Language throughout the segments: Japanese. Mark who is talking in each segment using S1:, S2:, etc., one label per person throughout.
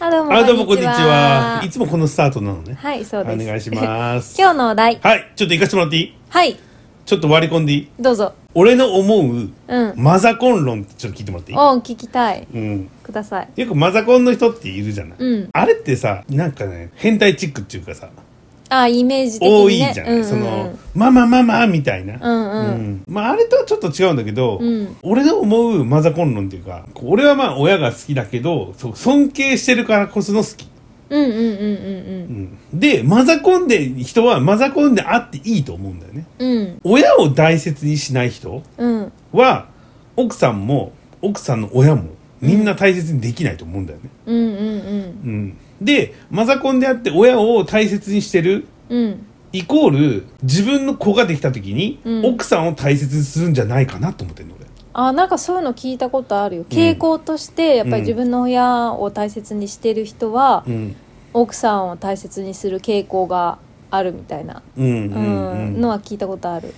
S1: あ、どうもこんにち
S2: は
S1: は。いつもこのスタートなのね。
S2: はい、そ
S1: お
S2: うです。。
S1: 願いします
S2: 今日のお題。
S1: はい、ちょっと行かせてもらっていい
S2: はい、
S1: ちょっと割り込んでいい
S2: どうぞ。
S1: 俺の思う、
S2: うん
S1: マザコン論ってちょっと聞いてもらっていい
S2: おん、聞きたい。
S1: うん。
S2: ください。
S1: よくマザコンの人っているじゃない、
S2: うん
S1: あれってさ、なんかね、変態チックっていうかさ、
S2: あ、イメージ的
S1: 多
S2: に
S1: い
S2: ね。
S1: じゃ
S2: う
S1: なん
S2: うん
S1: い、
S2: うん
S1: その、ママママみたいな。
S2: うんうん
S1: うんまあ、あれとはちょっと違うんだけど、
S2: うん
S1: 俺の思うマザコン論っていうかこう俺はまあ親が好きだけどそう尊敬してるからこその好き、
S2: うんうんうんう
S1: うんんでマザコンで人はマザコンであっていいと思うんだよね
S2: うん
S1: 親を大切にしない人
S2: うんうん
S1: は奥さんも奥さんの親もみんな大切にできないと思うんだよね、
S2: うんうん
S1: うん、でマザコンであって親を大切にしてる
S2: うん
S1: イコール自分の子ができた時に、
S2: うん
S1: 奥さんを大切にするんじゃないかなと思ってるの俺
S2: あなんかそういうの聞いたことあるよ、傾向としてやっぱり自分の親を大切にしてる人は、
S1: うん
S2: 奥さんを大切にする傾向があるみたいな、
S1: うん
S2: う
S1: うんんうん
S2: のは聞いたことある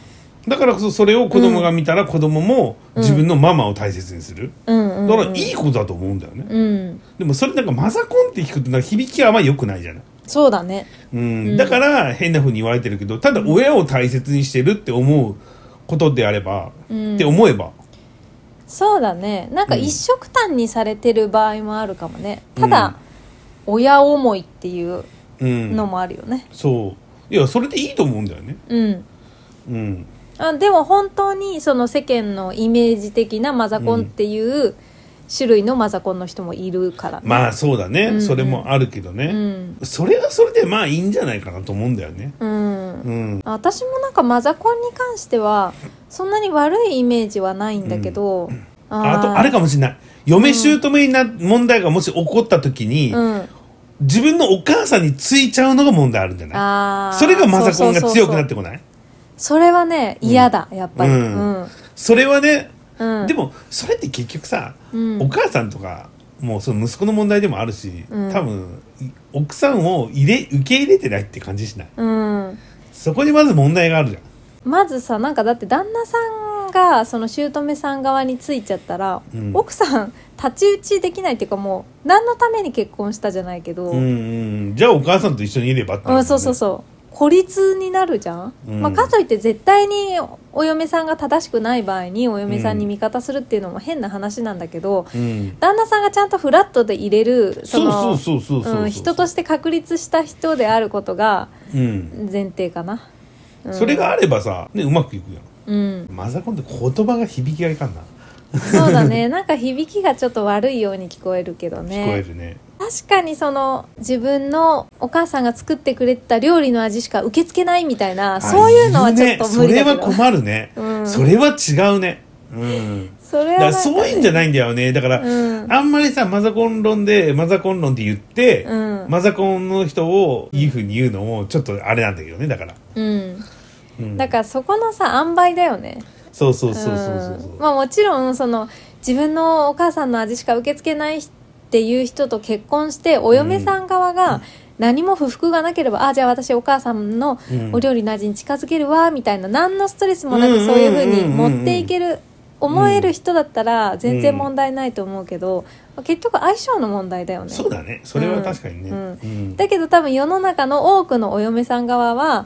S1: だからこそそれを子供が見たら子供も自分のママを大切にする、
S2: うんうん、うん、
S1: だからいいことだと思うんだよね、
S2: うん
S1: でもそれなんかマザコンって聞くとなんか響きはあんまり良くないじゃない
S2: そうだね
S1: うん、だから変な風に言われてるけどただ親を大切にしてるって思うことであれば、
S2: うん
S1: って思えば
S2: そうだねなんか
S1: うん
S2: 一色単にされてる場合もあるかもね、た
S1: うん
S2: だ親思いっていう
S1: うん
S2: のもあるよね
S1: そういやそれでいいと思うんだよね
S2: うん
S1: うん
S2: あでも本当にその世間のイメージ的なマザコンっていう種類のマザコンの人もいるからね、
S1: まあそうだね、
S2: うんうん
S1: それもあるけどね、
S2: うん
S1: それはそれでまあいいんじゃないかなと思うんだよね
S2: うん
S1: うん
S2: 私もなんかマザコンに関してはそんなに悪いイメージはないんだけど、
S1: あとあれ
S2: か
S1: かもしれない嫁姑にな、問題がもし起こった時に、
S2: うん
S1: 自分のお母さんについちゃうのが問題あるんじゃない
S2: あー
S1: それがマザコンが
S2: そうそうそうそう
S1: 強くなってこない
S2: それはね嫌だ、やっぱり
S1: う
S2: うんん、
S1: それはね
S2: うん
S1: でもそれって結局さ、
S2: うん
S1: お母さんとかもうその息子の問題でもあるし、
S2: うん
S1: 多分い奥さんを入れ受け入れてないって感じしない
S2: うん
S1: そこにまず問題があるじゃん
S2: まずさなんかだって旦那さんがその姑さん側についちゃったら、
S1: うん
S2: 奥さん太刀打ちできないっていうかもう何のために結婚したじゃないけど、
S1: うんうんじゃあお母さんと一緒にいればってなる
S2: う
S1: もん
S2: ん
S1: ね
S2: そうそうそう孤立になるじゃん、
S1: うん
S2: まあ、かといって絶対にお嫁さんが正しくない場合にお嫁さんに味方するっていうのも変な話なんだけど、
S1: うん
S2: 旦那さんがちゃんとフラットで入れる
S1: そうそうそうそうそうそう
S2: うん人として確立した人であることが
S1: うん
S2: 前提かな、うん
S1: それがあればさ、ね、うまくいくやん
S2: うん
S1: マザコンって言葉が響きがいかんな、
S2: そうだね なんか響きがちょっと悪いように聞こえるけど
S1: 聞こえ
S2: ね
S1: るね
S2: 確かにその自分のお母さんが作ってくれた料理の味しか受け付けないみたいなそういうのはちょっと無理だけ
S1: あいい
S2: ど
S1: ねそれは困るね、
S2: うん
S1: それは違うねうん
S2: それ
S1: だ
S2: はなん
S1: から
S2: か
S1: そういうんじゃないんだよねだから、
S2: うん
S1: あんまりさマザコン論でマザコン論って言って、
S2: うん
S1: マザコンの人をいいふうに言うのもちょっとあれなんだけどねだから、
S2: うん
S1: うん
S2: だからそこのさ塩梅だよね
S1: そうそうそうそうそうそう
S2: うんまあもちろんその自分のお母さんの味しか受け付けないっていう人と結婚してお嫁さん側が何も不服がなければ、あじゃあ私お母さんの
S1: うん
S2: お料理の味に近づけるわみたいな何のストレスもなくそういうふうに持っていける思える人だったら全然問題ないと思うけど、結局相性の問題だよね。
S1: そうだねそれは確かにね
S2: う
S1: うんん、うん
S2: だけど多分世の中の多くのお嫁さん側は、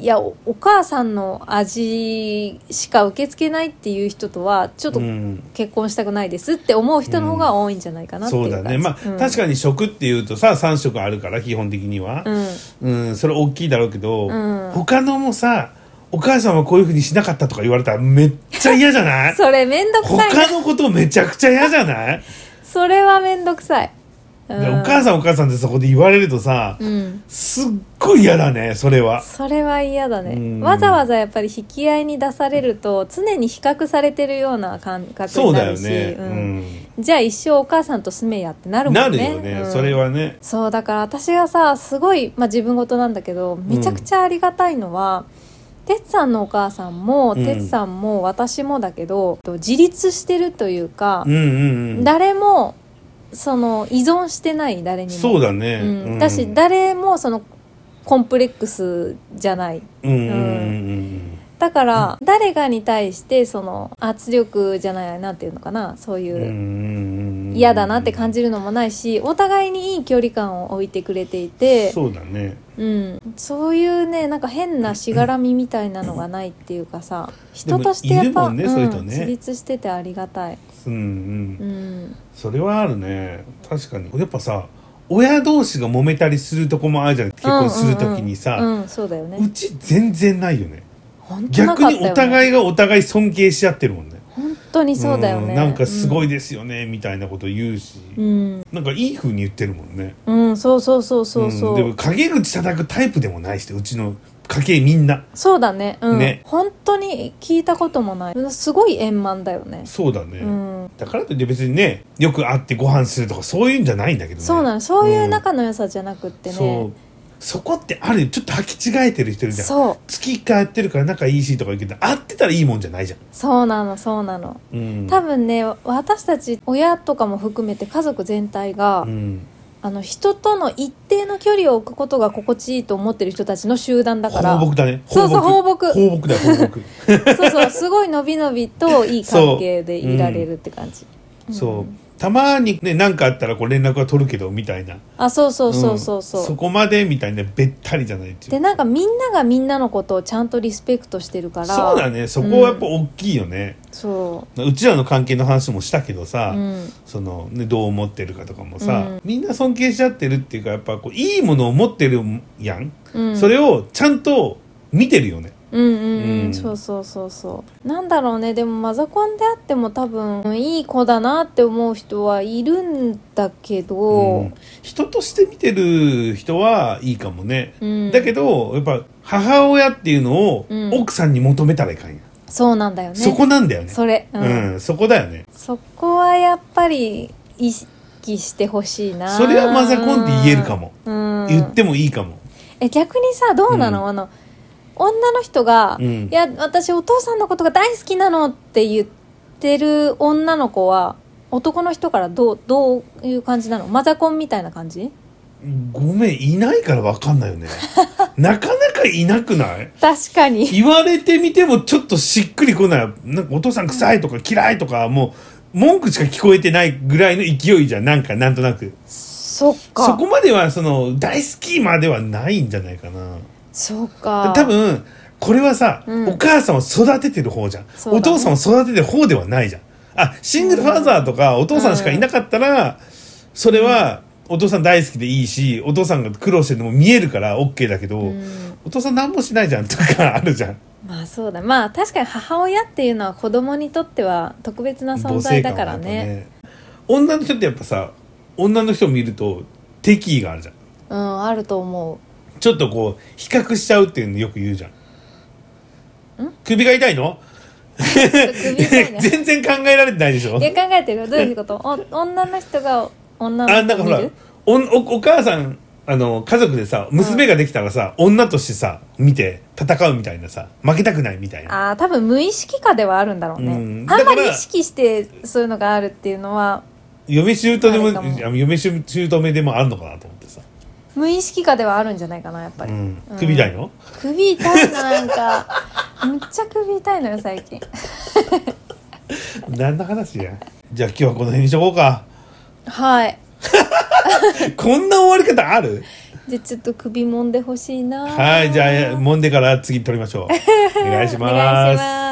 S2: いやおお母さんの味しか受け付けないっていう人とはちょっと
S1: うん
S2: 結婚したくないですって思う人の方が多いんじゃないかなってい
S1: そうう
S2: 感
S1: だ
S2: じ
S1: ねまあ、確かに食っていうとさ3食あるから基本的には、
S2: うん、うん
S1: うん、それ大きいだろうけど、
S2: うん
S1: 他のもさお母さんはこういうふうにしなかったとか言われたらめっちゃ嫌じゃな い
S2: それめんどくさいな
S1: 他のことめちゃくちゃ嫌じゃない、
S2: それはめんどくさい、うん、
S1: でお母さんお母さんってそこで言われるとさ、
S2: うん
S1: すっごい嫌だねそれは
S2: それは嫌だ
S1: うん
S2: ねわざわざやっぱり引き合いに出されると常に比較されてるような感覚
S1: そ
S2: に
S1: う
S2: な
S1: だよ
S2: るし
S1: ね、う
S2: うん
S1: ん
S2: じゃあ一生お母さんと住めやってなるもんね
S1: なるよね、
S2: うん
S1: それはね
S2: そうだから私がさすごい、まあ、自分事なんだけどめちゃくちゃありがたいのは、てつさんのお母さんも
S1: うん
S2: てつさんも私もだけど、と自立してるというか
S1: う、んうんうん
S2: 誰もその依存してない誰にも
S1: そうだね、
S2: うんだし誰もそのコンプレックスじゃない
S1: うんうんうん
S2: だから、誰がに対してその圧力じゃないなんていうのかなそう
S1: うんうんうん
S2: いううん嫌だなって感じるのもないしお互いにいい距離感を置いてくれていて
S1: そうだね
S2: うん、そういうねなんか変なしがらみみたいなのがないっていうかさ
S1: でも
S2: 人としてやっ
S1: いる
S2: ぱ
S1: もんね
S2: うん
S1: そういう人ね
S2: 自立しててありがたい、
S1: うんう
S2: うんん、
S1: それはあるね確かにやっぱさ親同士が揉めたりするとこもあるじゃん結婚すると
S2: う
S1: きに
S2: んうん
S1: さ
S2: うんうんそうだよね
S1: うち全然ないよね
S2: 本当な
S1: 逆
S2: かった
S1: に
S2: よ、ね、
S1: お互いがお互い尊敬し合ってるもんね
S2: 本当にそうだよね、
S1: んなんかすご
S2: い
S1: いですよねみたいなこと言うし
S2: うん、
S1: なんかいい風に言ってるもんね
S2: うん、そうそうそうそうそう、
S1: んでも陰口叩くタイプでもないしうちの家系みんな
S2: そうだねうん
S1: ね
S2: 本当に聞いたこともないすごい円満だよね
S1: そうだね、
S2: うん
S1: だからといって別にねよく会ってご飯するとかそういうんじゃないんだけどね
S2: そうなのそういう
S1: っ
S2: 仲の良さじゃなくって
S1: そ
S2: ね
S1: う、そこってあるよちょっと履き違えてる人いるじゃん
S2: そう
S1: 月1回会ってるから仲いいしとか言うけど会ってたらいいもんじゃないじゃん、
S2: そうなのそうなの
S1: うん、
S2: 多分ね私たち親とかも含めて家族全体が、
S1: うん、
S2: あの人との一定の距離を置くことが心地いいと思ってる人たちの集団だか
S1: 放
S2: ら
S1: 牧だね
S2: そうそう放牧
S1: 放牧だよ放 牧
S2: そうそうすごいのびのびといい関係でいられるって感じ、ん
S1: そうたまにね何かあったらこう連絡は取るけどみたいな
S2: あそうそうそうそうそう、
S1: んそこまでみたいなべったりじゃないっていう
S2: でなんかみんながみんなのことをちゃんとリスペクトしてるから
S1: そうだねそこはやっぱ大きいよね、
S2: そう
S1: ちらの関係の話もしたけどさ、
S2: う、うん、
S1: そのね、どう思ってるかとかもさ、
S2: うん
S1: みんな尊敬し合ってるっていうかやっぱこういいものを持ってるやん、
S2: うん、
S1: それをちゃんと見てるよね
S2: うんうんうん、
S1: うん
S2: そうそうそうそうなんだろうねでもマザコンであっても多分いい子だなって思う人はいるんだけ
S1: う
S2: ど
S1: ん、人として見てる人はいいかもね、
S2: うん
S1: だけどやっぱ母親っていうのを
S2: うん
S1: 奥さんに求めたらいかんや、
S2: そうなんだよね
S1: そこなんだよね
S2: それ、う
S1: うんん、そこだよね
S2: そこはやっぱり意識してほしいな
S1: それはマザコンって言えるかも、
S2: うん、
S1: 言ってもいいかも、
S2: え逆にさどうなの、あの女の人が、
S1: うん
S2: いや私お父さんのことが大好きなのって言ってる女の子は男の人からどうどういう感じなのマザコンみたいな感じ
S1: ごめんいないから分かんないよね なかなかいなくない
S2: 確かに
S1: 言われてみてもちょっとしっくりこないなんかお父さん臭いとか嫌いとかもう文句しか聞こえてないぐらいの勢いじゃんなんかなんとなく
S2: そっか
S1: そこまではその大好きまではないんじゃないかな
S2: そうか
S1: 多分これはさ、
S2: うん
S1: お母さんを育ててる方じゃん、
S2: そうだ
S1: お
S2: ね
S1: 父さんを育ててる方ではないじゃんあシングルファーザーとかお父さんしかいなかったら、それはお父さん大好きでいいしお父さんが苦労してるのも見えるから OK だけど、
S2: うん
S1: お父さん何もしないじゃんとか あるじゃん
S2: まあそうだまあ確かに母親っていうのは子供にとっては特別な存在だから
S1: 母性感はや
S2: ね
S1: っぱ女の人ってやっぱさ女の人を見ると敵意があるじゃん
S2: うんあると思 う
S1: ちょっとこう比較しちゃうっていうのよく言うじゃん首が痛いの
S2: 首痛いね
S1: 全然考えられてないでしょ
S2: いや考えてるよどういうことお女の人が女の
S1: あなん
S2: 人
S1: か
S2: を
S1: ほ
S2: 見
S1: ら
S2: る
S1: おおお母さんあの家族でさ娘ができたらさ、女としてさ見て戦うみたいなさ負けたくないみたいな
S2: あー多分無意識化ではあるんだろうね、
S1: うんだ
S2: あ
S1: か
S2: ん
S1: ら
S2: まり意識してそういうのがあるっていうのは
S1: 嫁姑でも
S2: あるかも
S1: あの嫁姑でもあるのかなと思ってさ、
S2: 無意識化ではあるんじゃないかなやっぱ
S1: う
S2: り、
S1: ん
S2: う、ん
S1: 首痛いの、
S2: 首痛いななん かむっちゃ首痛いのよ最近
S1: 何の話やじゃあ今日はこの辺にしとこうか
S2: はい
S1: こんな終わり方ある
S2: じゃあちょっと首揉んでほしいな
S1: はいじゃあ揉んでから次取りましょうお願いし
S2: お願いし
S1: ます
S2: ます